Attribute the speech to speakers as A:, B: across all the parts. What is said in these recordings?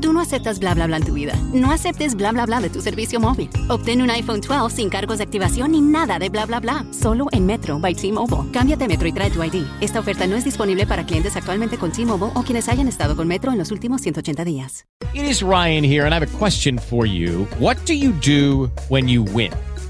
A: Tú no aceptas bla bla bla en tu vida. No aceptes bla bla bla de tu servicio móvil. Obtén un iPhone 12 sin cargos de activación ni nada de bla bla bla. Solo en Metro by T-Mobile. Cámbiate a Metro y trae tu ID. Esta oferta no es disponible para clientes actualmente con T-Mobile o quienes hayan estado con Metro en los últimos 180 días.
B: It is Ryan here, and I have a question for you. What do you do when you win?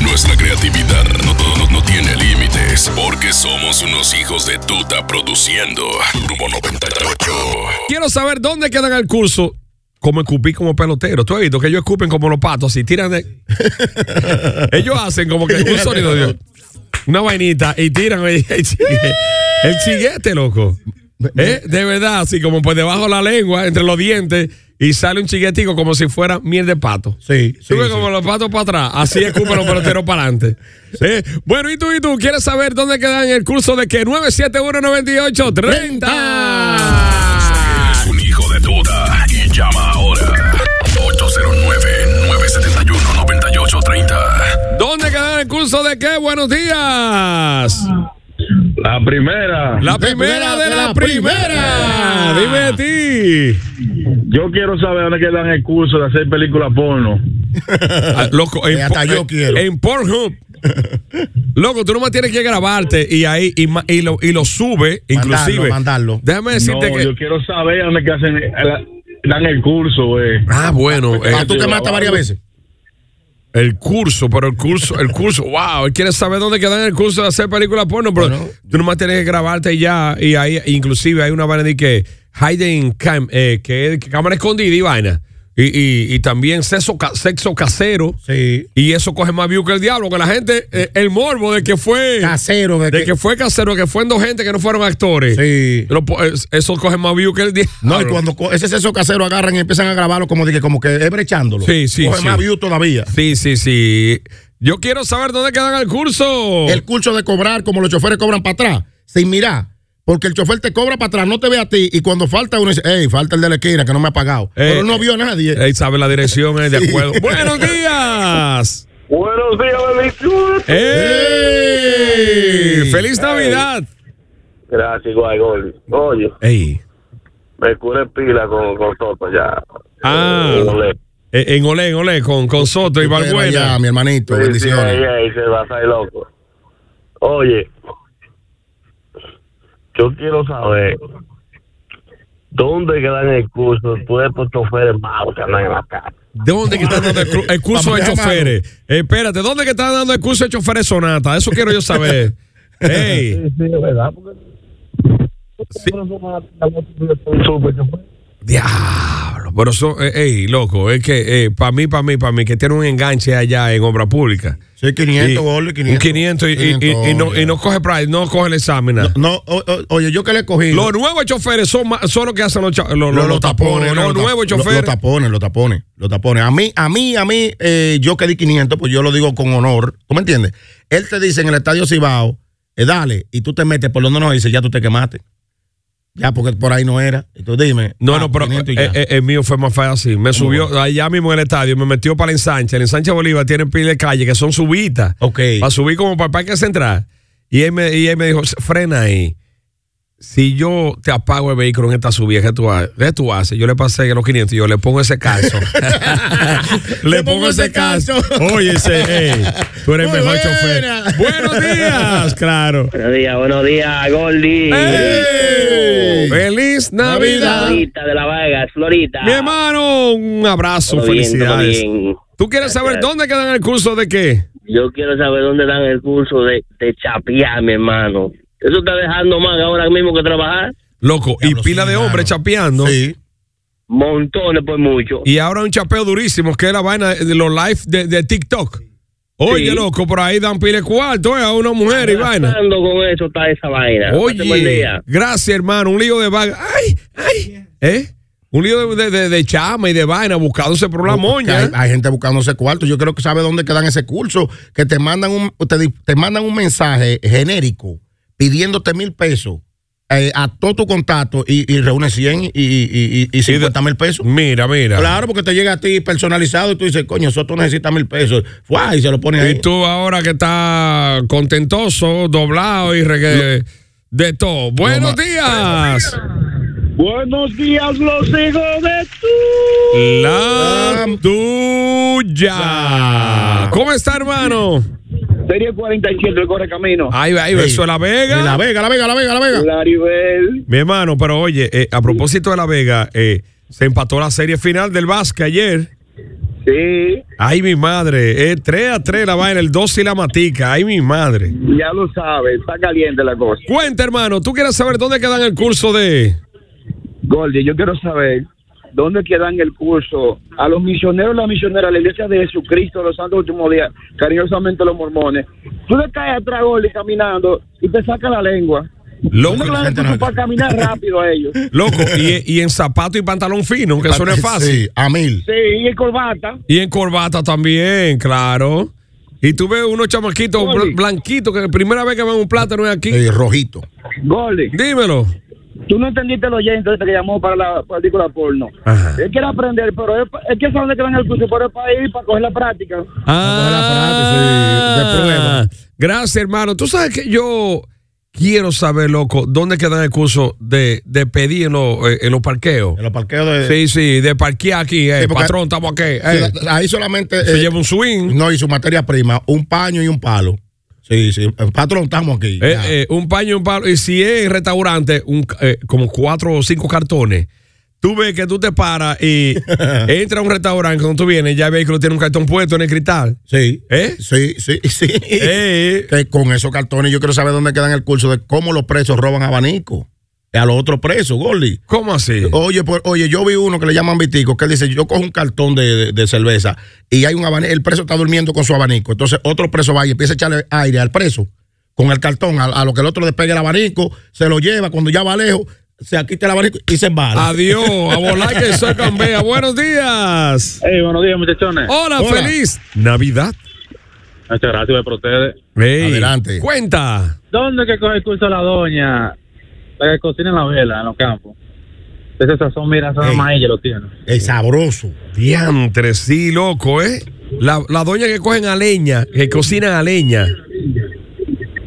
C: Nuestra creatividad no, no- no tiene límites porque somos unos hijos de tuta produciendo Rumbo 98.
D: Quiero saber dónde quedan el curso. Como escupí como pelotero. Tú has visto que ellos escupen como los patos, así tiran de. ellos hacen como que un sonido de. Una vainita y tiran el, el chigue- el chiguete, este loco. ¿Eh? De verdad, así como por debajo de la lengua, entre los dientes, y sale un chiguetico como si fuera miel de pato.
E: Sí, sí,
D: Tú ves
E: sí.
D: como los patos para atrás, así escupen los peloteros para adelante. ¿Eh? Bueno, y tú, y tú, ¿quieres saber dónde quedan el curso de que 9719830?
C: Es un hijo de tuta y llama ahora. 809-971-9830.
D: ¿Dónde quedará el curso de qué? Buenos días.
F: La primera.
D: La primera de la primera. Dime de ti.
F: Yo quiero saber dónde quedan el curso de hacer películas porno.
D: Ah, Loco,
E: Eh, hasta
D: Por-
E: yo
D: en-
E: quiero.
D: En Pornhub. Loco, tú nomás tienes que grabarte y ahí y, ma- y lo, y lo sube, inclusive.
E: mandarlo.
D: Déjame decirte
F: no,
D: que.
F: yo quiero saber dónde que hacen, eh, la- dan el curso, güey.
D: Ah, bueno. eh,
E: Ah, tú te
F: yo-
E: matas varias veces.
D: el curso, pero el curso, el curso. Wow, él quiere saber dónde quedan el curso de hacer películas porno, pero
E: Bueno.
D: tú nomás tienes que grabarte y ya. Y ahí, inclusive, hay una vaina de que hiding cam, eh, que es cámara escondida y vaina. Y, y- y también sexo, ca- sexo casero.
E: Sí.
D: Y eso coge más view que el diablo, que la gente, eh, el morbo de que fue.
E: Casero, de
D: De
E: que-
D: que fue casero, que fueron dos gente que no fueron actores.
E: Sí.
D: Lo po- es- Eso coge más view que el diablo.
E: No, y cuando co- ese sexo casero agarran y empiezan a grabarlo como de que como que es brechándolo.
D: Sí, sí,
E: Coge
D: sí.
E: más view todavía.
D: Sí, sí, sí. Yo quiero saber dónde quedan el curso.
E: El curso de cobrar como los choferes cobran para atrás, sin mirar. Porque el chofer te cobra para atrás, no te ve a ti. Y cuando falta uno dice, hey, falta el de la esquina que no me ha pagado.
D: Eh,
E: Pero no vio a nadie.
D: Él sabe la dirección, eh, de acuerdo. ¡Buenos días!
F: Buenos días, bendiciones.
D: ¡Ey! ¡Feliz Navidad!
F: Gracias, igual, Goli. Oye,
D: ¡Ey!
F: me cure pila con, con Soto ya.
D: Ah. Eh, En Olé, en Olé, con, con Soto y
E: Tú te vas allá,
D: Balbuena.
E: mi hermanito, bendiciones.
F: se va a salir loco. Oye, yo quiero saber dónde quedan el curso después de choferes malos que andan en la calle.
D: ¿Dónde que están dando el, cru- el curso
E: Vamos,
D: de
E: déjame
D: choferes? Eh, espérate, ¿dónde que están dando el curso de choferes sonata? Eso quiero yo saber. ¡Ey!
F: Sí, ¿verdad? Porque
D: ¡Diablo! Pero eso, eh, ey, loco, es que para mí, para mí, para mí, que tiene un enganche allá en obra pública.
E: Sí, 500
D: Y-
E: goles,
D: un
E: 500.
D: 500 y, y- y- y no, y no coge price, no coge el examen. nada.
E: No, o- o- oye, yo que le cogí.
D: Los nuevos choferes son, más- son los que hacen los, cha- los- los- los tapones. Los,
E: tap-
D: nuevos
E: lo-
D: choferes.
E: Los tapones, los tapones, los tapones. A mí, a mí, a mí, eh, yo que di 500, pues yo lo digo con honor. ¿Tú me entiendes? Él te dice en el estadio Cibao, eh, dale, y tú te metes por donde no, dice, ya tú te quemaste. Ya, porque por ahí no era. Y tú dime.
D: no,
E: ah,
D: no, pero
E: 500 y
D: eh,
E: ya.
D: eh, el mío fue más fácil. Me subió allá mismo en el estadio, me metió para el ensanche. El ensanche Bolívar tiene pile de calle que son subitas.
E: Ok.
D: Para subir como para el parque central. Y él me, y él me dijo, frena ahí. Si yo te apago el vehículo en esta subida, ¿qué tú, ha- qué tú haces? Yo le pasé los 500 y yo le pongo ese calzo. le pongo ese calzo. Oye, ese, ey, tú eres
E: Muy
D: mejor
E: buena.
D: chofer. Buenos días, claro.
G: Buenos días, buenos días, Gordy.
D: ¡Ey! ¡Feliz Navidad!
G: Florita de la Vega, Florita.
D: Mi hermano, un abrazo,
G: Todo bien, todo
D: felicidades.
G: bien.
D: ¿Tú quieres saber
G: Gracias.
D: dónde quedan el curso de qué?
G: Yo quiero saber dónde dan el curso de, de chapear, mi hermano. Eso está dejando más ahora mismo que trabajar.
D: Loco, y
E: Diablo,
D: pila
E: sí,
D: de
E: mano.
D: hombres chapeando.
E: Sí.
G: Montones, pues mucho.
D: Y ahora un chapeo durísimo, que es la vaina de los live de, de TikTok. Oye,
G: Sí. Ah,
D: loco, por ahí dan pile cuarto eh, a una mujer y vaina.
G: Gastando con eso está esa vaina. Pase buen
D: Oye,
G: ah, día.
D: gracias, hermano. Un lío de vaina. ¡Ay! ¡Ay! ¿Eh? Un lío de, de- de- de chama y de vaina buscándose por la moña.
E: Hay,
D: ¿eh?
E: hay gente buscando ese cuarto. Yo creo que sabe dónde quedan ese curso. Que te mandan un, te, di- te mandan un mensaje genérico pidiéndote mil pesos eh, a todo tu contacto y, y reúne 100 y, y, y, y 50 mil pesos.
D: Mira, mira.
E: Claro, porque te llega a ti personalizado y tú dices, coño, eso tú necesitas mil pesos. Fuá, y se lo pones ahí.
D: Y tú ahora que estás contentoso, doblado y regue- de todo. Buenos días.
F: Buenos días, los hijos de tú.
D: La tuya. ¿Cómo está, hermano?
F: Serie 47, el corre camino.
D: Ahí va, ahí va. Eso es La Vega.
E: La Vega, la Vega, la Vega, la Vega.
F: Laribel.
D: Mi hermano, pero oye, eh, a propósito de La Vega, eh, se empató la serie final del básquet ayer.
F: Sí,
D: Ay, mi madre. Eh, 3 a 3 la vaina, el 2 y la matica. Ay, mi madre.
F: ya lo sabes, está caliente la cosa.
D: Cuenta, hermano, ¿tú quieres saber dónde quedan el curso de...?
F: Goldie, yo quiero saber dónde quedan el curso a los misioneros, las misioneras, la iglesia de Jesucristo, los santos últimos días, cariñosamente los mormones. Tú le caes atrás, Goldie, caminando y te saca la lengua.
D: Loco,
E: la
F: ¿Dónde quedan el
E: gente no-
F: curso para caminar rápido a ellos?
D: Loco, y, y en zapato y pantalón fino, que eso no es fácil.
E: Sí, a mil.
F: Sí, y el corbata.
D: Y en corbata también, claro. Y tú ves unos chamaquitos bl- blanquitos que la primera vez que ven un plátano es aquí.
E: Sí, rojito.
F: Goldie,
D: Dímelo.
F: tú no entendiste el oyente este que llamó para la película porno.
D: Ajá.
F: Él quiere aprender, pero él, él quiere saber dónde quedan el curso, pero es para ir, para coger la práctica.
E: Ah, de prueba.
D: Gracias, hermano. Tú sabes que yo quiero saber, loco, dónde quedan el curso de, de pedir en, los- eh, en los parqueos.
E: En los parqueos de.
D: Sí, sí, de parquear aquí, eh,
E: Sí, porque-
D: patrón, estamos aquí. eh.
E: Sí, Ahí solamente.
D: Se
E: eh,
D: lleva un swing,
E: No, y su materia prima, un paño y un palo. Sí, sí. Eh, Patrón, estamos aquí.
D: eh,
E: ya.
D: eh, un paño, un palo. Y si es restaurante, un, ca- eh, como cuatro o cinco cartones. Tú ves que tú te paras y entra a un restaurante cuando tú vienes, ya el vehículo tiene un cartón puesto en el cristal.
E: Sí.
D: ¿Eh?
E: Sí, sí, sí.
D: Eh,
E: Que con esos cartones yo quiero saber dónde quedan el curso de cómo los presos roban abanico. A los otros presos, Gordy.
D: ¿Cómo así?
E: Oye, pues, oye, yo vi uno que le llaman Vitico, que él dice, yo cojo un cartón de, de- de cerveza y hay un abanico, el preso está durmiendo con su abanico. Entonces otro preso va y empieza a echarle aire al preso con el cartón, a, a lo que el otro le pega el abanico, se lo lleva, cuando ya va lejos, se quita el abanico y se embala.
D: Adiós, a volar que soy cambia. Buenos días.
F: Hey, buenos días, muchachones.
D: Hola,
E: Hola.
D: feliz Navidad.
F: Muchas gracias por ustedes.
D: Ey,
E: Adelante.
D: Cuenta.
F: ¿Dónde que coge el curso la doña? La que cocina en la vela, en los campos. Ese sazón, mira, esa
E: Ey.
F: más ella lo tiene.
E: Es sabroso.
D: Diantre, sí, loco, ¿eh? La, la doña que cogen a leña, que cocinan a leña.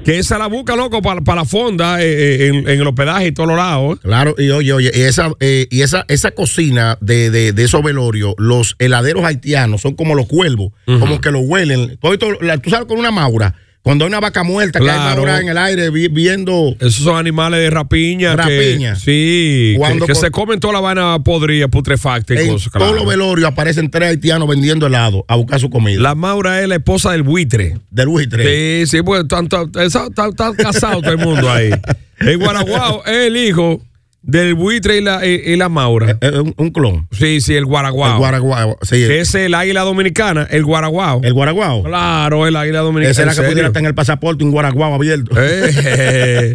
D: Que esa la busca, loco, para, para la fonda, eh, eh, en, en el hospedaje y todos los lados.
E: Claro, y oye, oye, y esa, eh, y esa, esa cocina de, de, de esos velorios, los heladeros haitianos son como los cuervos, como que lo huelen. Tú, has visto la- tú sabes con una maura, cuando hay una vaca muerta, que hay
D: Claro.
E: maura en el aire vi- viendo.
D: Esos son animales de rapiña. que-
E: Rapiña.
D: sí. Que,
E: Cuando
D: que
E: co-
D: se comen toda la vaina podrida, putrefacta y
E: En
D: cosas.
E: todos los
D: claro.
E: velorios aparecen tres haitianos vendiendo helado a buscar su comida.
D: La Maura es la esposa del buitre.
E: de Luis y tres.
D: Sí, sí, pues están tan, casados todo el mundo ahí. El Guaraguao es el hijo del buitre y la, y, y la Maura.
E: Eh, eh, un, un clon.
D: Sí, sí, el Guaraguao.
E: El guaraguao. Sí,
D: Que
E: el,
D: es el águila dominicana, el Guaraguao.
E: el guaraguao.
D: Claro, el águila dominicana.
E: Ese era
D: ¿en
E: que pudiera
D: serio?
E: estar en el pasaporte un guaraguao abierto.
D: Eh,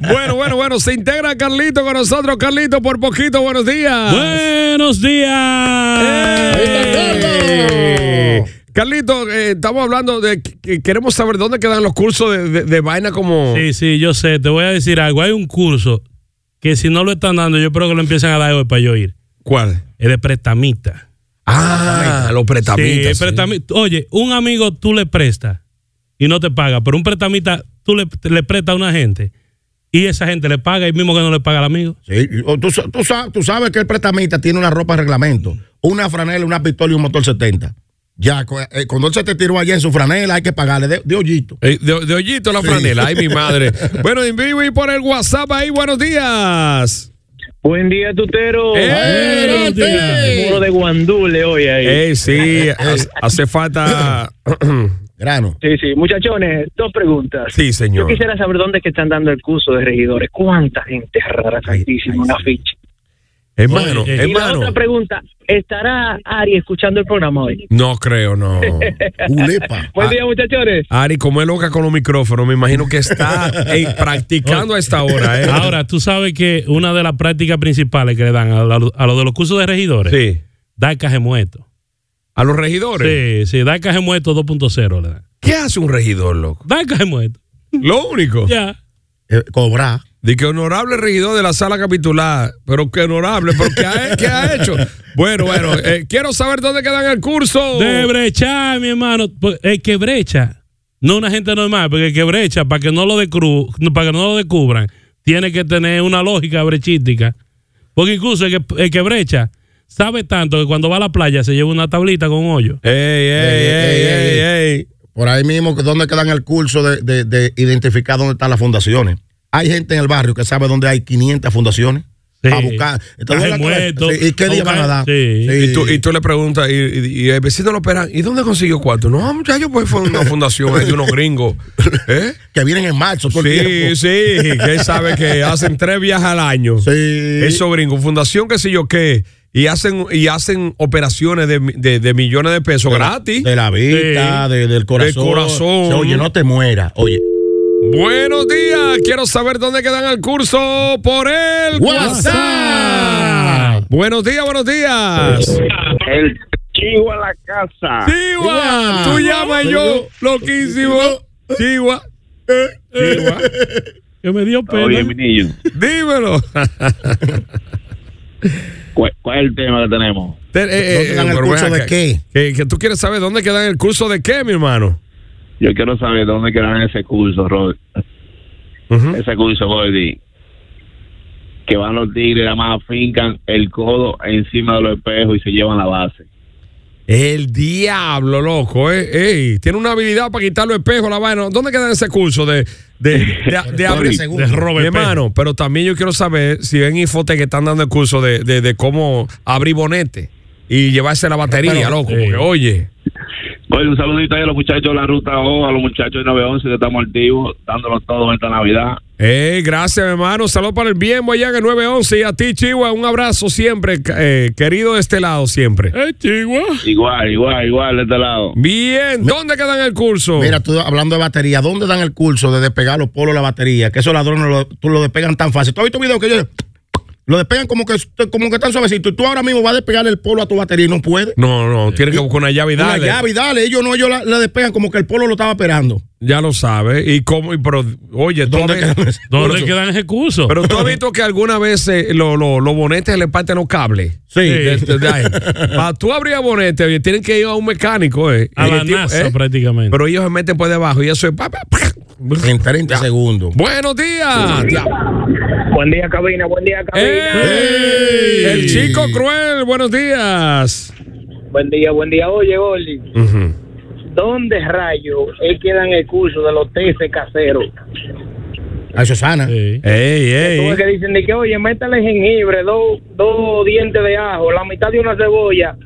D: bueno, bueno, bueno, se integra Carlito con nosotros. Carlito, por poquito, buenos días.
H: Buenos días.
D: Eh. Carlito, eh, estamos hablando de que queremos saber dónde quedan los cursos de, de- de vaina como...
H: Sí, sí, yo sé, te voy a decir algo. Hay un curso que si no lo están dando, yo creo que lo empiezan a dar hoy para yo ir.
D: ¿Cuál?
H: Es de prestamista.
D: Ah, los
H: Sí,
D: pretamitas.
H: es prestami- Oye, un amigo tú le prestas y no te paga, pero un prestamista tú le, le prestas a una gente y esa gente le paga y mismo que no le paga al amigo.
E: Sí, y- o tú, sa- tú sa- tú sabes que el prestamista tiene una ropa de reglamento, una franela, una pistola y un motor 70. Ya, cu- eh, cuando él se te tiró allá en su franela, hay que pagarle de, de hoyito.
D: Eh, De, de hoyito la franela, ay mi madre. Bueno, en vivo y por el WhatsApp ahí, buenos días.
F: Buen día, tutero.
D: ¡Eh!
F: Muro de guandule hoy ahí.
D: Eh, sí, hace- hace falta...
E: Grano.
F: Sí, sí. Muchachones, dos preguntas.
D: Sí,
F: Yo
D: señor.
F: quisiera saber dónde es que están dando el curso de regidores. ¿Cuánta gente rara, santísima, una ficha?
D: Hermano,
H: Oye,
I: Y la
D: hermano.
I: otra pregunta, ¿estará Ari escuchando el programa hoy?
D: No creo, no.
H: Ah.
E: ah,
I: Buen día, muchachones.
D: Ari, como es loca con los micrófonos, me imagino que está ey, practicando a esta hora. ¿eh?
H: Ahora, tú sabes que una de las prácticas principales que le dan a, la- a lo de los cursos de regidores,
D: Sí.
H: dar caje muerto.
D: ¿A los regidores?
H: Sí, sí, dar caje muerto 2.0 le dan.
D: ¿Qué hace un regidor, loco?
H: Dar caje muerto.
D: Lo único.
H: Ya.
E: Eh, cobrar.
D: De que honorable regidor de la sala capitular, pero que honorable, pero ¿qué ha, qué ha hecho? Bueno, bueno, eh, quiero saber dónde quedan el curso.
H: De brechar, mi hermano. Pues, El que brecha, no una gente normal, porque el que brecha, para que no lo, decru- para que no lo descubran, tiene que tener una lógica brechística. Porque incluso el que, el que brecha sabe tanto que cuando va a la playa se lleva una tablita con un hoyo.
D: Ey, ey, ey, ey, ey.
E: Por ahí mismo, que donde quedan el curso de, de- de identificar dónde están las fundaciones. Hay gente en el barrio que sabe dónde hay 500 fundaciones.
H: Sí.
E: A buscar.
H: Caje
E: la-
H: muerto.
E: Sí, ¿Y qué día
H: Ok,
E: van a dar?
H: sí.
D: Y tú, y tú le preguntas, y, y- y el vecino lo opera, ¿y dónde consiguió cuarto? No, muchachos, pues fue una fundación ahí de unos gringos. ¿Eh?
E: Que vienen en marzo. Todo el
D: Sí,
E: tiempo.
D: sí, que sabe que hacen tres viajes al año.
E: Sí.
D: Eso gringo, fundación qué sé yo qué, y hacen, y hacen operaciones de, de- de millones de pesos gratis.
E: De la vista,
H: Sí.
E: de- del corazón.
D: corazón.
E: Oye, no te mueras. Oye.
D: Buenos días, quiero saber dónde quedan el curso por el
E: WhatsApp.
H: Ah,
D: Ah. Buenos días, buenos días.
F: El chivo a la casa.
D: Chihuahua, tú llamas y yo, loquísimo. Chihuahua. Eh, Chihuahua.
H: Que me dio pena.
F: Oye, mi niño,
D: Dímelo.
F: ¿cuál, cuál es el tema que tenemos?
D: Te- eh, eh,
E: ¿Dónde dan el
D: pero
E: curso
D: ven
E: de
D: acá.
E: qué?
D: Que, que tú quieres saber dónde quedan el curso de qué, mi hermano.
F: Yo quiero saber dónde quedan ese curso, Rod.
D: Ujú.
F: Ese curso, Gordy. Que van los tigres, nada más fincan el codo encima de los espejos y se llevan la base.
D: El diablo, loco, eh. Ey, tiene una habilidad para quitar los espejos, la vaina. ¿Dónde queda ese curso de, de, de, de abrir?
E: segundos.
D: De robo de Mi hermano, pero también yo quiero saber si ven Infotec que están dando el curso de, de, de cómo abrir bonete y llevarse la batería, loco. Porque, oye.
F: Oye, un saludito ahí a los muchachos de la Ruta O, a los muchachos de 911 que estamos activos, dándonos todo en esta Navidad.
D: Ey, Eh, gracias, mi hermano. Salud para el bien, allá en el 911. Y a ti, Chihuahua, un abrazo siempre, eh, querido de este lado, siempre.
H: Eh, chihuahua.
F: Igual, igual, igual de este lado.
D: Bien, ¿dónde quedan el
H: Oh.
D: curso?
E: Mira, tú hablando de batería, ¿dónde dan el curso de despegar los polos de la batería? Que esos ladrones lo, tú lo despegan tan fácil. ¿Tú has visto videos que ellos lo despegan como que, como que tan suavecito? Y tú ahora mismo vas a despegar el polo a tu batería y no puedes.
D: No, no, tiene que buscar una llave y
E: Una
D: darle.
E: llave y dale. Ellos no, ellos la, la despegan como que el polo lo estaba esperando.
D: Ya lo sabes. ¿Y cómo? Y pero, oye, ¿tú
E: ¿Dónde
D: has
E: quedan
D: visto-
E: esos?
H: ¿Dónde
D: pero-
H: quedan esos cursos?
D: Pero tú has visto que alguna vez eh, lo- lo- los bonetes le parten los cables.
E: Sí.
D: De- de- de ahí. Para tú abrir bonete, oye, tienen que ir a un mecánico. eh.
H: a
D: Y el
H: la
D: tipo,
H: NASA
D: eh,
H: prácticamente.
D: Pero ellos se meten por debajo y eso es. pa, pa, pa.
E: En 30 segundos.
D: Buenos días.
I: Buen día, cabina, buen día,
D: ¡Ey! El chico cruel, buenos días.
I: Buen día, buen día. Oye, Oli,
D: Ujú.
I: ¿dónde rayo es que dan el curso de los testes caseros?
E: A eso sana.
H: Sí.
D: Ey,
I: Tú
D: ey.
I: ves que dicen de que, oye, métale jengibre, dos dos dientes de ajo, la mitad de una cebolla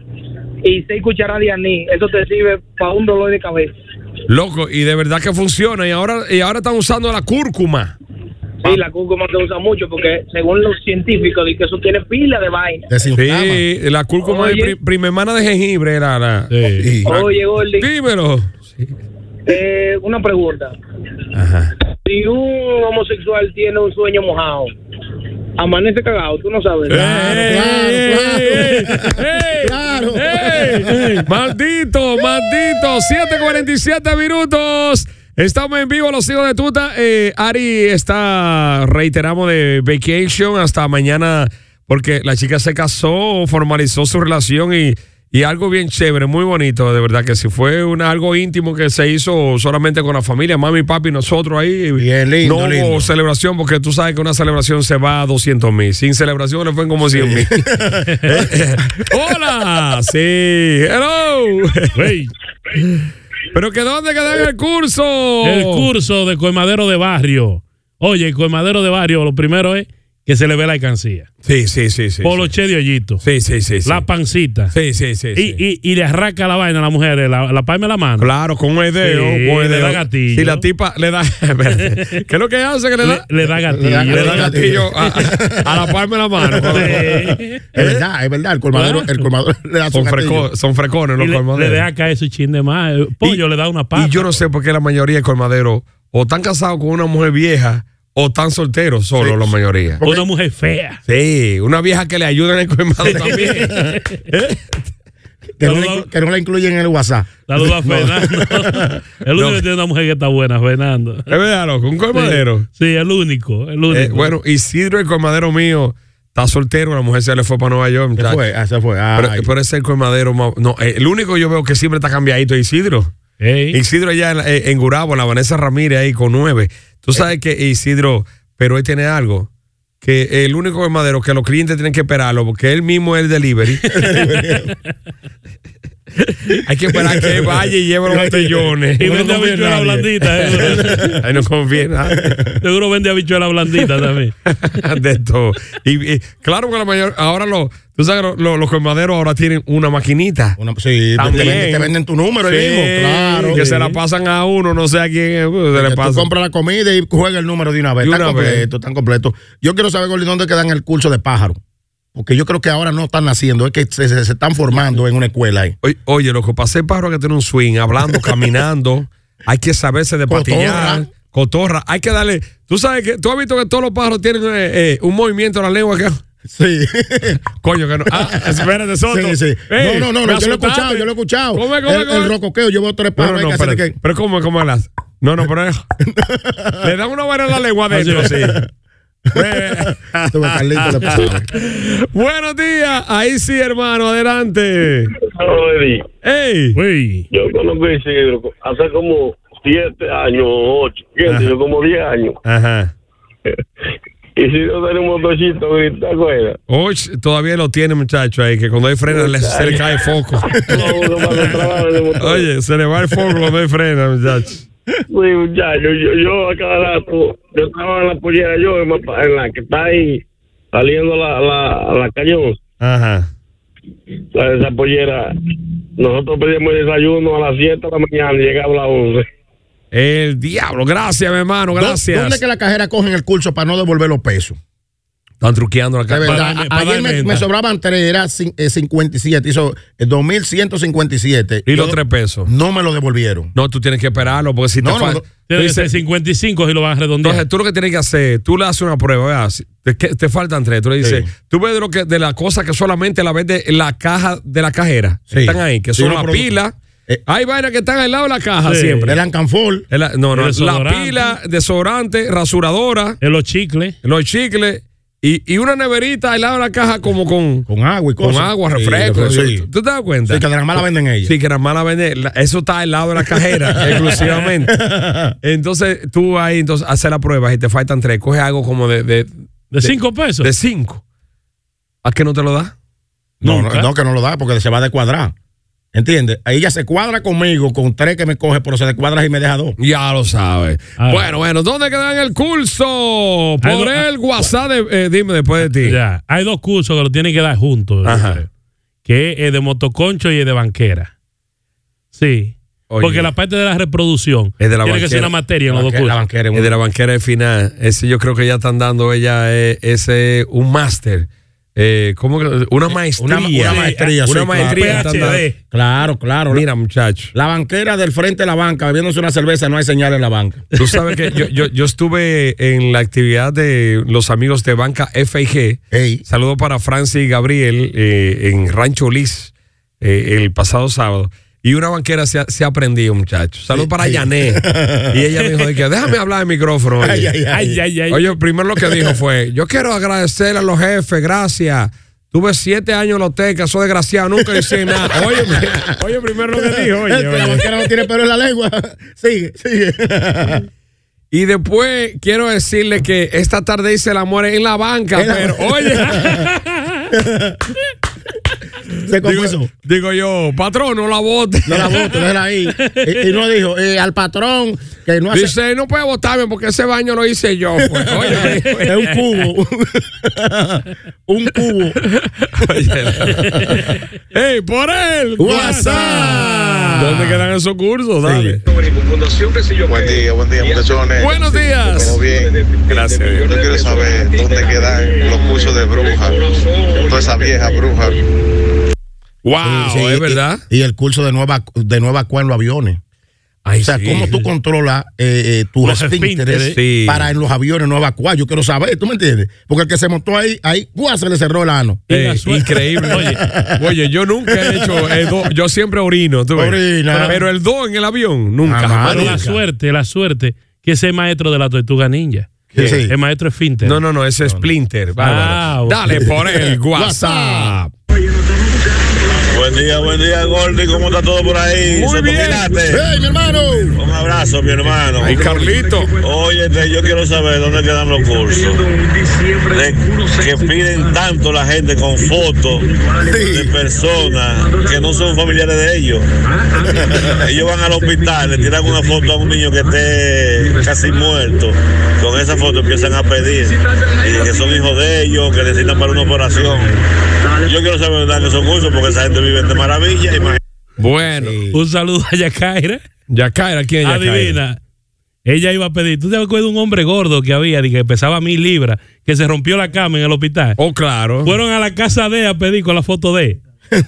I: y seis cucharadas de anís. Eso te sirve para un dolor de cabeza.
D: Loco, y de verdad que funciona. Y ahora, y ahora están usando la cúrcuma.
I: Sí, la cúrcuma se usa mucho porque según los científicos dicen que eso tiene pila de vaina.
E: Desinflama.
D: Sí, la cúrcuma
I: Oye.
D: de primermana de jengibre era la.
H: Sí.
D: Ah,
I: Oye, Gordy,
D: Dímelo.
I: eh, una pregunta.
D: Ajá.
I: Si un homosexual tiene un sueño mojado, amanece cagado, tú no sabes.
D: Ey, ey,
E: Claro.
D: ey, ey. Maldito, maldito. 7:47 minutos. Estamos en vivo, los hijos de Tuta. Eh, Ari está, reiteramos, de vacation hasta mañana porque la chica se casó, formalizó su relación y, y algo bien chévere, muy bonito, de verdad que si fue una, algo íntimo que se hizo solamente con la familia, mami, papi, nosotros ahí.
E: Bien lindo,
D: No hubo
E: lindo.
D: celebración porque tú sabes que una celebración se va a 200 mil. Sin celebración le fue como 100 mil. Hola, sí, hello. Pero que dónde quedan el curso.
H: El curso de colmadero de barrio. Oye, el colmadero de barrio, lo primero es que se le ve la alcancía.
D: Sí, sí, sí, sí.
H: Poloche de hoyito.
D: Sí, sí, sí.
H: La pancita.
D: Sí, sí, sí.
H: Y, y- y le arranca la vaina a la mujer, la, la palma de la mano.
D: Claro, con un edeo,
H: Sí,
D: con un
H: le
D: edeo.
H: da gatillo.
D: Si la tipa le da. espérate. ¿Qué es lo que hace que le da?
H: Le- le da gatillo.
D: Le da gatillo a, a la palma de la mano.
H: Sí.
E: Es verdad, es verdad. El colmadero, el colmadero le da su
D: Son,
E: gatillo.
D: freco- son frecones los
H: Y le, le
D: colmaderos.
H: deja caer su chin de más. El pollo le da una pata.
D: Y yo no sé por qué la mayoría de colmaderos o están casados con una mujer vieja o están solteros solo la mayoría.
H: Una mujer fea.
D: Sí, una vieja que le ayuda en el colmado también.
E: Que, no
H: La
E: le,
H: duda-
E: que no la incluyen en el WhatsApp.
H: La duda
E: No.
H: Fernando. El único que tiene una mujer que está buena, Fernando.
D: Es verdad, loco, un colmadero.
H: Sí, el único. El único.
D: Eh, bueno, Isidro, el colmadero mío, está soltero, la mujer se le fue para Nueva York.
E: Se
D: muchacho.
E: fue, ah, se fue. Ay.
D: Pero, pero ese es el colmadero más- No, eh, el único que yo veo que siempre está cambiadito es Isidro.
H: Ey.
D: Isidro allá en, la- eh, en Gurabo, en la Vanessa Ramírez ahí con nueve. Tú sabes que Isidro, pero él tiene algo. Que el único colmadero que los clientes tienen que esperarlo, porque él mismo es el delivery. Hay que esperar que él vaya y lleve los botellones.
H: y vende
D: confía en
H: habichuela
D: nadie.
H: blandita. eh, seguro.
D: Ahí no confía en nadie.
H: Seguro vende habichuela blandita también.
D: de todo. Y, y claro que la mayor, ahora los, tú sabes, que lo- lo- los colmaderos ahora tienen una maquinita.
E: Una- sí, te
D: También.
E: venden, te venden tu número ahí
D: Sí,
E: mismo. Claro.
D: Que se la pasan a uno, no sé a quién es, pues, se
E: Que
D: le
E: tú
D: pasa.
E: compras la comida y juega el número de una vez.
D: De
E: Están
D: una vez.
E: completos, están completos. Yo quiero saber, Gordy, dónde quedan el curso de pájaro. Porque yo creo que ahora no están haciendo, es que se, se- se están formando en una escuela ahí.
D: Oye, oye, loco, pasé pájaro que tiene un swing, hablando, caminando. Hay que saberse de patillar. Cotorra, hay que darle. Tú sabes que tú has visto que todos los pájaros tienen eh, eh, un movimiento en la lengua que.
E: Sí.
D: Coño, que no. Ah, espérate, Soto.
E: Sí, sí.
D: Ey,
E: no, no,
D: me
E: no, yo lo he
D: asustaste.
E: escuchado, yo lo he escuchado.
D: ¿Cómo es, cómo es,
E: el,
D: cómo
E: el
D: es?
E: rocoqueo, yo veo tres
D: No,
E: pájaros
D: no,
E: ahí
D: no,
E: que hacen
D: espérate.
E: que-
D: Pero ¿cómo, cómo las? No, no, pero. Le dan una buena en la lengua adentro, sí. Eh,
E: Tú ves, Carlito, le pasaba.
D: Buenos días. Ahí sí, hermano, adelante.
G: Oye,
D: ¡Ey!
H: Uy.
G: yo conozco a Isidro hace como siete años, ocho, siete, yo como diez años.
D: Ajá.
G: Isidro tiene un motorcito, grita, güey.
D: Hoy todavía lo tiene, muchacho, ahí, que cuando hay frena le- se le cae el foco. Oye, se le va el foco cuando hay frena, muchacho.
G: Sí, muchacho, yo, yo a cada rato, yo estaba en la pollera, yo en la- en la que está ahí saliendo la, la, la cañón,
D: Ajá.
G: la, esa pollera. Nosotros pedíamos el desayuno a las 7 de la mañana y llegaba a las 11.
D: El diablo, gracias, mi hermano,
E: ¿Dó- ¿Dónde es
D: gracias.
E: que la cajera cogen el curso para no devolver los pesos?
D: Están truqueando la
E: De
D: cara.
E: verdad,
H: darle-
E: a-
H: para
E: ayer
H: darle
E: me,
H: venta.
E: me sobraban tres, era cin- eh, 57, hizo eh, 2.157.
D: Y los
E: Yo-
D: tres pesos.
E: No me lo devolvieron.
D: No, tú tienes que esperarlo, porque si
E: No,
D: te
E: no,
D: fa-
E: no.
H: Tiene que
D: Dice-
H: ser 55 y lo van a redondear.
D: Entonces, tú lo que tienes que hacer, tú le haces una prueba, ¿verdad? Si Te, que- te faltan tres. Tú le dices,
E: Sí.
D: tú ves de, lo que, de la cosa que solamente la ves de la caja de la cajera.
E: Sí.
D: Están ahí, que
E: Sí,
D: son
E: los
D: las
E: productos.
D: pilas.
E: Eh.
D: Hay vainas que están al lado de la caja
H: Sí.
D: siempre.
E: El Ancanfor.
D: Es la- no, no,
H: El
D: la
H: desodorante.
D: pila, desodorante, rasuradora,
H: En los chicles.
D: los chicles y, y una neverita al lado de la caja como con,
E: Con agua y
D: con
E: cosas.
D: agua,
E: Sí,
D: refresco.
E: refresco, sí.
D: ¿Tú te das cuenta?
E: Sí, que nada más la venden ellos.
D: Sí, que nada más la vende. la- Eso está al lado de la cajera exclusivamente. Entonces tú ahí, entonces haces la prueba y te faltan tres. Coge algo como de, de,
H: De 5 pesos.
D: de cinco. ¿A qué no te lo da?
E: No, no,
H: Nunca.
E: no, que no lo da porque se va a descuadrar. ¿Entiendes? Ahí Ella se cuadra conmigo con tres que me coge, pero se descuadra y me deja dos.
D: Ya lo sabes.
H: Ah.
D: Bueno, bueno, ¿dónde quedan el curso?
H: Ahí
D: Por
H: no- ah,
D: el WhatsApp, de- eh, dime después de ti.
H: Ya. Hay dos cursos que lo tienen que dar juntos. Eh, yo
D: Ajá.
H: creo. Que es el de motoconcho y el de banquera. Sí.
D: Oye.
H: Porque la parte de la reproducción
D: Es de la
H: tiene que
D: banquera.
H: ser una materia en los dos
E: Banquera,
H: cursos.
E: la banquera es
D: El de la banquera de final. Ese yo creo que ya están dando ella eh, ese un máster. Eh, ¿Cómo que? Una maestría.
E: una maestría, sí,
D: Una
E: claro.
D: maestría. están dando.
H: PhD.
E: Claro, claro.
D: Mira, muchacho.
E: La banquera del frente de la banca, bebiéndose una cerveza, no hay señal en la banca.
D: Tú sabes que yo, yo, yo estuve en la actividad de los amigos de Banca FIG.
E: Ey.
D: Saludo para Francis y Gabriel eh, en Rancho Liz eh, el pasado sábado. Y una banquera se ha, se ha prendido, muchacho. Saludo para Yané. Y ella me dijo, de que, déjame hablar en micrófono. oye".
E: Ay, ay, ay.
H: Ay, ay, ay.
D: Oye, primero lo que dijo fue, yo quiero agradecer a los jefes, gracias. Tuve siete años en la hoteca, soy desgraciado, nunca hice nada. Oye, mi- oye, primero lo que dijo, oye,
E: Este, La
D: oye.
E: banquera no tiene pelo en la lengua. Sigue, sigue.
D: Y después quiero decirle que esta tarde hice el amor en la banca, pero oye.
E: Se confesó.
D: Digo, yo, patrón, no la vote.
E: No la vote, déjala ahí. Y, y no dijo, eh, al patrón que no hace.
D: Dice, no puede votarme porque ese baño lo hice yo. pues. Oye,
E: es un cubo. un cubo.
D: ¡Ey, por él!
E: WhatsApp.
D: ¿Dónde quedan esos cursos? Dale.
J: Buen día, buen día, muchachones.
D: Buenos días.
J: Todo bien.
D: Gracias.
J: Yo quiero saber dónde quedan los cursos de brujas. Toda esa vieja bruja.
D: Wow,
E: Sí, sí,
D: Ah, oh, es
E: y-
D: verdad.
E: Y, el curso de nueva, de nueva acua en los aviones.
D: Ay,
E: o sea,
D: sí.
E: cómo tú controlas eh, eh, tus
H: Los
E: esfínteres
H: esfínteres.
D: Sí.
E: para en los aviones no evacuar. Yo quiero saber, ¿tú me entiendes? Porque el que se montó ahí, ahí, ¡guau! se le cerró el ano.
H: Y la
D: Ey,
H: suerte.
D: Eh, increíble. Oye, yo nunca he hecho. eh, do- yo siempre orino. tú ves.
E: Orina.
D: Pero el do en el avión, nunca.
E: Ajá,
D: jamás,
H: Pero la
D: nunca.
H: suerte, la suerte, que ese maestro de la tortuga ninja.
E: Sí.
H: El maestro esfínter.
D: No, no, Ah, no, ese es Splinter. bárbaro.
H: bueno.
D: Dale por el WhatsApp.
G: Buen día, buen día, Gordy. ¿Cómo está todo por ahí?
D: Muy bien.
E: ¡Ey, mi hermano!
G: Un abrazo, mi hermano.
D: Y Carlito.
G: Óyete, yo quiero saber dónde quedan los cursos. De- que piden tanto la gente con fotos de personas que no son familiares de ellos. Ellos van al hospital, le tiran una foto a un niño que esté casi muerto. Con esa foto empiezan a pedir y que son hijos de ellos, que necesitan para una operación. Yo quiero saber dónde están esos cursos porque esa gente vive de maravilla. Imagínate.
D: Bueno,
H: Un saludo a Yacaira.
D: Yacaira, ¿quién es Yacaira?
H: Adivina. Ella iba a pedir. ¿Tú te acuerdas de un hombre gordo que había, de que pesaba mil libras, que se rompió la cama en el hospital?
D: Oh, claro.
H: Fueron a la casa de ella a pedir con la foto de. él.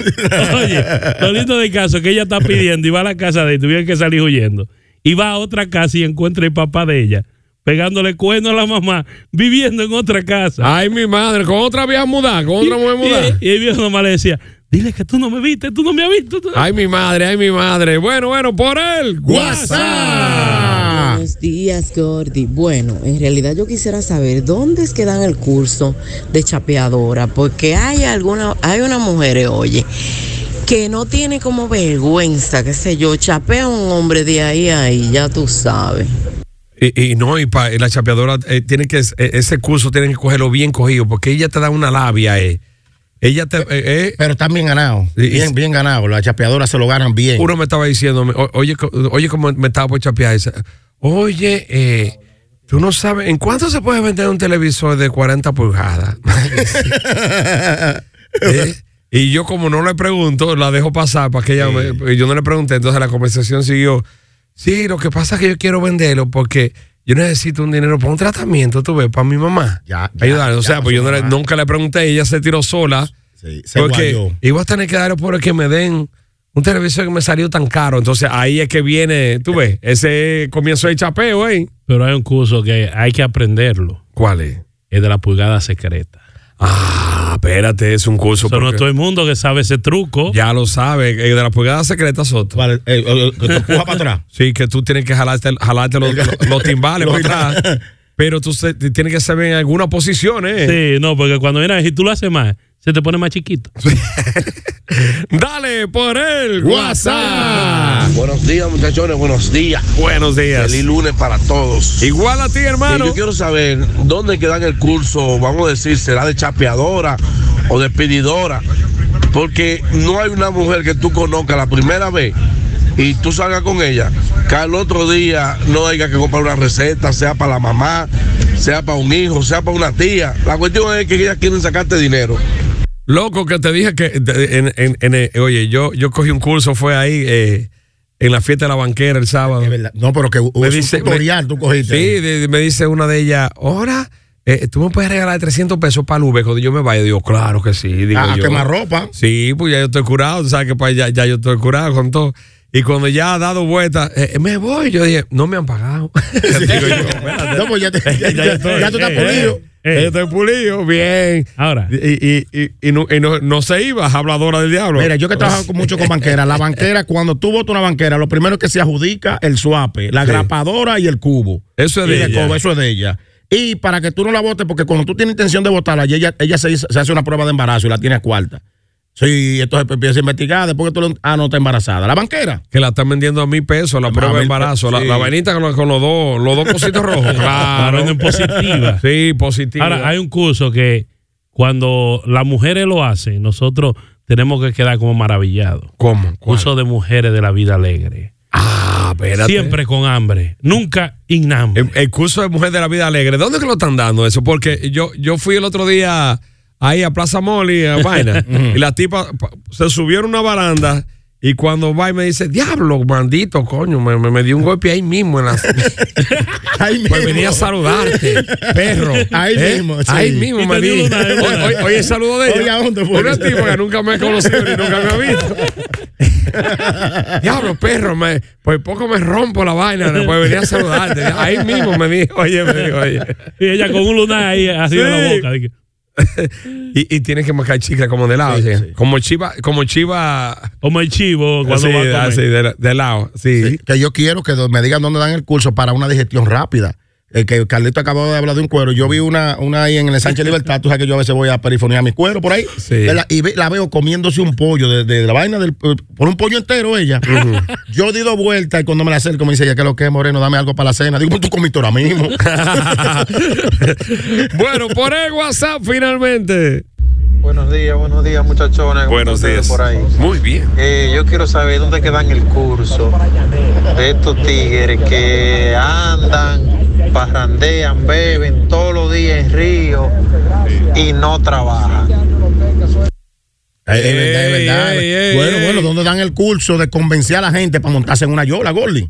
H: Oye, lo lindo del caso que ella está pidiendo y va a la casa de él, tuvieron que salir huyendo. Y va a otra casa y encuentra el papá de ella, pegándole cuerno a la mamá, viviendo en otra casa.
D: Ay, mi madre, con otra vieja mudada, con otra mujer mudada.
H: Y, y el viejo nomás le decía, dile que tú no me viste, tú no me has visto. tú no-".
D: Ay, mi madre, ay, mi madre. Bueno, bueno, por el
E: Ah.
D: WhatsApp.
K: Buenos días, Gordy. Bueno, en realidad yo quisiera saber dónde es que dan el curso de chapeadora, porque hay alguna, hay unas mujeres, oye, que no tiene como vergüenza, qué sé yo, chapea a un hombre de ahí a ahí, ya tú sabes.
D: Y, y no, y, pa- y la chapeadora eh, tiene que, eh, ese curso tienen que cogerlo bien cogido, porque ella te da una labia, eh. Ella te, eh, eh,
E: Pero están bien ganados.
D: Y- y-
E: Bien, bien ganados. Las chapeadoras se lo ganan bien.
D: Uno me estaba diciendo, me- o- oye, co- oye, como me estaba por chapear. dice, Oye, eh, tú no sabes, ¿en cuánto se puede vender un televisor de 40 pulgadas? ¿Eh? Y yo, como no le pregunto, la dejo pasar para que ella me- y Yo no le pregunté, entonces la conversación siguió. Sí, lo que pasa es que yo quiero venderlo porque yo necesito un dinero para un tratamiento, tú ves, para mi mamá.
E: Ya, ya,
D: Ayudarle. O
E: ya,
D: sea, pues yo no le-
E: mamá.
D: nunca le pregunté, ella se tiró sola.
E: Sí, se
D: porque
E: guayó.
D: iba a tener que dar por el que me den un televisor que me salió tan caro. Entonces ahí es que viene, tú ves, ese comienzo de chapeo, ¿eh?
H: Pero hay un curso que hay que aprenderlo,
D: ¿Cuál es?
H: es de la pulgada secreta.
D: Ah, espérate, es un curso.
H: Eso no
D: porque
H: todo el mundo que sabe ese truco.
D: Ya lo sabe, eh, de la pulgada secreta, Soto.
E: Vale, eh, eh, eh, te empuja para atrás.
D: Sí, que tú tienes que jalarte, jalarte los, los- los timbales
E: Los
D: para atrás. Pero tú se- tienes que saber en alguna posición, ¿eh?
H: Sí, no, porque cuando viene, si tú lo haces más, se te pone más chiquito.
D: Dale por el WhatsApp.
E: WhatsApp.
J: Ah, Buenos días, muchachones. Buenos días.
D: Buenos días.
J: Feliz lunes para todos.
D: Igual a ti,
J: Eh,
D: hermano.
J: yo quiero saber dónde quedan el curso, vamos a decir, será de chapeadora o de pedidora, porque no hay una mujer que tú conozcas la primera vez y tú salgas con ella, que al otro día no haya que comprar una receta, sea para la mamá, sea para un hijo, sea para una tía. La cuestión es que ellas quieren sacarte dinero.
D: Loco, que te dije que. de- en- en- en, eh, oye, yo, yo cogí un curso, fue ahí eh, en la fiesta de la banquera el sábado.
E: Es verdad. No, pero que hubo
D: Me
E: un
D: dice-
E: tutorial
D: me-
E: tú cogiste.
D: Sí, de- de- me dice una de ellas, ahora, eh, tú me puedes regalar 300 pesos para el Uber cuando yo me vaya. Digo, claro que sí. Digo,
E: Ah, a, a
D: yo.
E: quemarropa.
D: Sí, pues ya yo estoy curado, tú sabes que pues, ya, ya yo estoy curado con todo. Y cuando ya ha dado vuelta, eh, me voy. Yo dije, no me han pagado. Digo yo, espérate.
E: No, pues ya, te- ya-
H: ya
E: ya-
H: estoy.
E: ya tú estás
H: Eh,
E: pulido.
H: eh.
D: Yo estoy pulido, bien.
H: Ahora.
D: Y, y- y- y no, y no- no se iba, habladora del diablo.
E: Mira, yo que trabajo con- mucho con banqueras, la banquera, cuando tú votas una banquera, lo primero que se adjudica el suape, la
D: Sí.
E: grapadora y el cubo.
D: Eso es
E: Y
D: de ella.
E: cobre, eso es de ella. Y para que tú no la votes, porque cuando tú tienes intención de votarla, y ella, ella se, hizo- se hace una prueba de embarazo y la tiene a cuarta. Sí, entonces pues, empieza a investigar, después que tú lo... Ah, no, está embarazada. La banquera.
D: Que la están vendiendo a mil pesos, la
E: A
D: prueba de
E: mil
D: embarazo,
E: pe-
D: la,
E: sí.
D: la vainita con, los- con los dos, los dos cositos rojos.
H: La
D: Claro.
H: venden positiva.
D: Sí, positivo.
H: Ahora, hay un curso que cuando las mujeres lo hacen, nosotros tenemos que quedar como maravillados.
D: ¿Cómo?
H: Curso de mujeres de la vida alegre.
D: Ah, espérate.
H: Siempre con hambre. Nunca inhambre.
D: El, el curso de Mujer de la Vida Alegre. ¿Dónde es que lo están dando eso? Porque yo, yo fui el otro día ahí a Plaza Moli, a Vaina, y la tipa pa- se subieron a una baranda y cuando va y me dice, diablo, maldito, coño, me, me- me dio un golpe ahí mismo. En la... pues venía a saludarte, perro.
E: Ahí
D: ¿Eh?
E: mismo,
D: Ahí
E: sí.
D: mismo
E: Y
D: me
E: te dio
D: di.
E: una- una-
D: Oye, oye, el saludo de ella.
E: Oye, ¿a dónde fue?
D: Una tipa que nunca me ha conocido ni nunca me ha visto. Diablo, perro, me, por poco me rompo la vaina. Después venía a saludarte. Ahí mismo me dijo, oye, me dijo, oye.
H: Y ella con un lunar ahí, así en la
D: Sí.
H: boca. dije,
D: Y, y tienes que marcar chicle como de lado. o sea, Como chiva. Como chiva.
H: Como el chivo
E: cuando
D: sí,
E: va a comer.
D: así, de, la- de lado. Sí.
E: Sí, que yo quiero que do- me digan dónde dan el curso para una digestión rápida. Eh, que Carlito acababa de hablar de un cuero. Yo vi una, una ahí en el Sánchez Libertad. Tú sabes que yo a veces voy a perifonear mi cuero por ahí. ¿verdad? Y ve- la veo comiéndose un pollo de, de la vaina del. eh, Por un pollo entero ella. Yo di dos vueltas y cuando me la acerco me dice, ya que lo que es, Moreno, dame algo para la cena. Digo, pues tú comiste ahora mismo.
D: bueno, por el WhatsApp finalmente.
L: Buenos días, buenos días muchachones. ¿Cómo
D: Buenos
L: están ustedes
D: días.
L: Por ahí?
D: Muy bien.
L: Eh, yo quiero saber dónde quedan el curso de estos tigres que ah, andan, parrandean, beben todos los días en Río y no trabajan.
E: Eh, Es verdad, es
L: Ey,
E: verdad.
L: ey, ey,
E: bueno,
L: ey.
E: bueno, ¿dónde dan el curso de convencer a la gente para montarse en una yola, Gordy?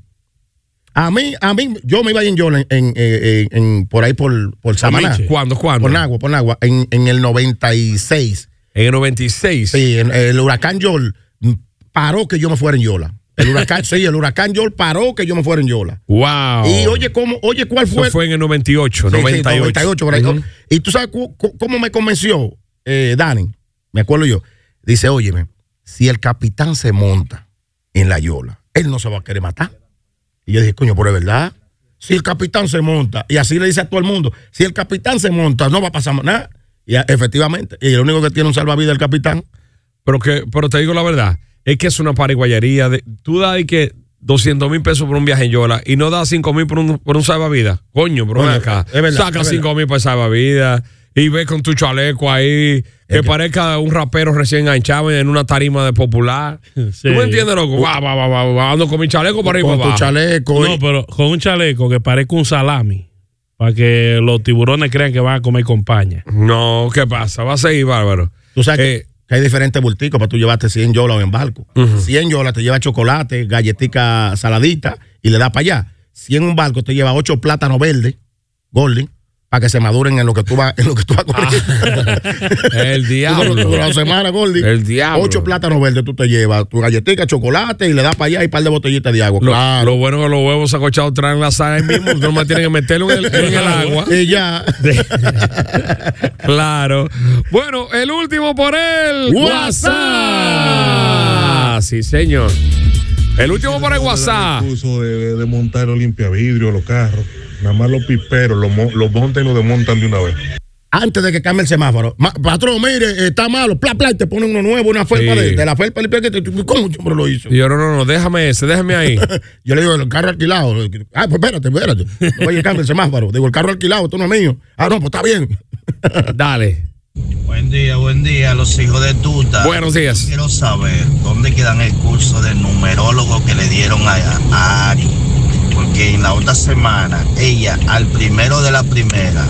E: A mí, a mí, yo me iba en yola en, en, eh, en- en- por ahí por, por Samaná.
D: Miche. ¿Cuándo, cuándo?
E: Por Nagua, por Nagua, en, en el 96.
D: En el 96.
E: Sí, en- el huracán Yol mm, paró que yo me fuera en yola. El huracán, sí, el huracán Yol paró que yo me fuera en yola.
D: Wow.
E: Y oye, ¿cómo? Oye, ¿cuál
D: Oh. Eso fue,
E: fue?
D: en el 98.
E: Sí, sí,
D: 98.
E: 98, por ahí.
D: Ujú.
E: Y tú sabes cu- cu- cómo me convenció eh, Dani, me acuerdo yo. Dice, óyeme, si el capitán se monta en la yola, él no se va a querer matar. Y yo dije, coño, pero es verdad. Si el capitán se monta, y así le dice a todo el mundo, si el capitán se monta, no va a pasar nada. Y a- efectivamente, y el único que tiene un salvavidas es el capitán.
D: Pero, que, pero te digo la verdad, es que es una pariguayería. de- tú das y que 200 mil pesos por un viaje en Yola y no das 5 mil por un, por un salvavidas. Coño, bro, ven
E: Coño,
D: acá.
E: es verdad,
D: Saca
E: es
D: 5 mil por el salvavidas y ve con tu chaleco ahí que parezca un rapero recién enganchado en una tarima de popular. ¿Tú me entiendes, loco? Va, va, va, va, va, ando con mi chaleco para arriba. abajo.
H: No, pero con un chaleco que parezca un salami. Para que los tiburones crean que van a comer con paña.
D: No, ¿qué pasa? Va a seguir, bárbaro.
E: Tú sabes
D: Eh,
E: que- que hay diferentes bulticos para tú llevarte 100 yolas o en barco. 100 yolas te lleva chocolate, galletica saladita y le da para allá. 100 en un barco te lleva 8 plátanos verdes, golden, para que se maduren en lo que tú vas, en lo que tú vas corriendo.
D: Ah. El diablo.
E: Tú la semana, Goldi.
D: El diablo.
E: 8 plátanos verdes tú te llevas, tu galletica, chocolate y le das para allá y un par de botellitas de agua.
D: Lo,
E: claro.
D: lo bueno que los huevos acochados traen la sal ahí mismo. Tú nomás tienes que meterlo en el, en el agua.
E: Y ya.
D: Claro. Bueno, el último por el
M: WhatsApp.
B: Ah,
D: WhatsApp. Sí, señor. El último por el WhatsApp.
M: curso de, de montar los limpiavidrios, los carros. Nada más los piperos, los, mo- los montan y los desmontan de una vez.
E: Antes de que cambie el semáforo. Ma- patrón, mire, está malo. Pla, pla, y te ponen uno nuevo, una felpa
D: Sí.
E: de, de la felpa limpia que te. tú- ¿Cómo yo lo hizo?
D: Y yo, no, no, no, déjame ese, déjame ahí.
E: Yo le digo, el carro alquilado. Ah, pues espérate, espérate. No vaya a cambiar el semáforo. Digo, el carro alquilado, esto no es mío. Ah, no, pues está bien.
D: Dale.
N: Buen día, buen día, los hijos de tuta.
D: Buenos días.
N: Quiero saber dónde quedan el curso de numerólogo que le dieron a, a Ari. Porque en la otra semana, ella, al primero de la primera,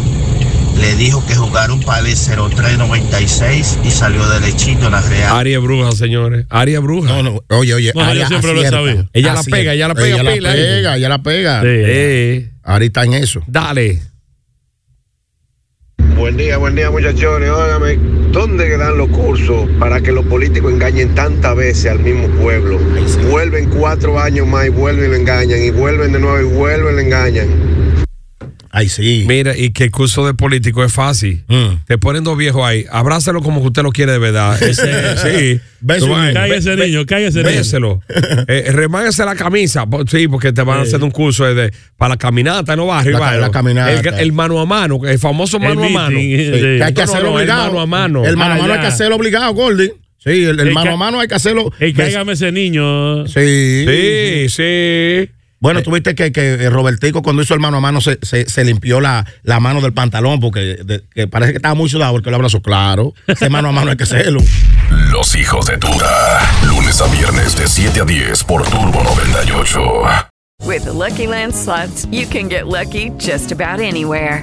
N: le dijo que jugaron para el 0396 y salió de lechito en la real.
D: Aria bruja, señores. Aria bruja. No,
E: no, oye, oye.
N: No, yo siempre lo he sabido.
D: Ella la
E: Acierta.
D: pega, ella la pega,
E: Ella la
D: pila, ¿eh?
E: pega, ella la pega.
D: Sí.
E: Ahorita en eso.
D: Dale.
O: Buen día, buen día muchachones. Óigame, ¿dónde quedan los cursos para que los políticos engañen tantas veces al mismo pueblo? Vuelven cuatro años más y vuelven y lo engañan, y vuelven de nuevo y vuelven y lo engañan.
E: Ay, sí. Mm.
D: Mira, y que el curso de político es fácil. Te ponen dos viejos ahí. Abrázalo como que usted lo quiere de verdad. Ese- sí.
H: Béselo.
D: Tú vas-
H: Cállese,
D: ve-
H: niño,
D: ve-
H: cállese, niño.
D: Béselo. Eh, remángase la camisa. po- Sí, porque te van a
H: Sí.
D: hacer un curso de, de- para la caminata en los barrios.
E: La ca-
D: barrio.
E: la caminata.
D: El, el mano a mano, el famoso
E: El
D: mano a mano.
E: meeting, sí. Que hay que
D: No, no,
E: hacerlo
D: no, el
E: obligado.
D: mano a mano. Ah,
E: El mano a mano hay que hacerlo obligado, Goldie. Sí, el, el
H: Ey,
E: mano a
H: ca-
E: mano hay que hacerlo.
H: Ey, cáigame ese niño.
E: Sí.
D: Sí, sí.
E: Bueno, tuviste que, que Robertico cuando hizo el mano a mano se, se- se limpió la, la mano del pantalón porque de- que parece que estaba muy sudado porque lo abrazó. Claro, ese mano a mano hay que hacerlo.
C: Los hijos de Tuta. Lunes a viernes de 7 a 10 por Turbo 98.
D: With the Lucky Land slots, you can get lucky just about anywhere.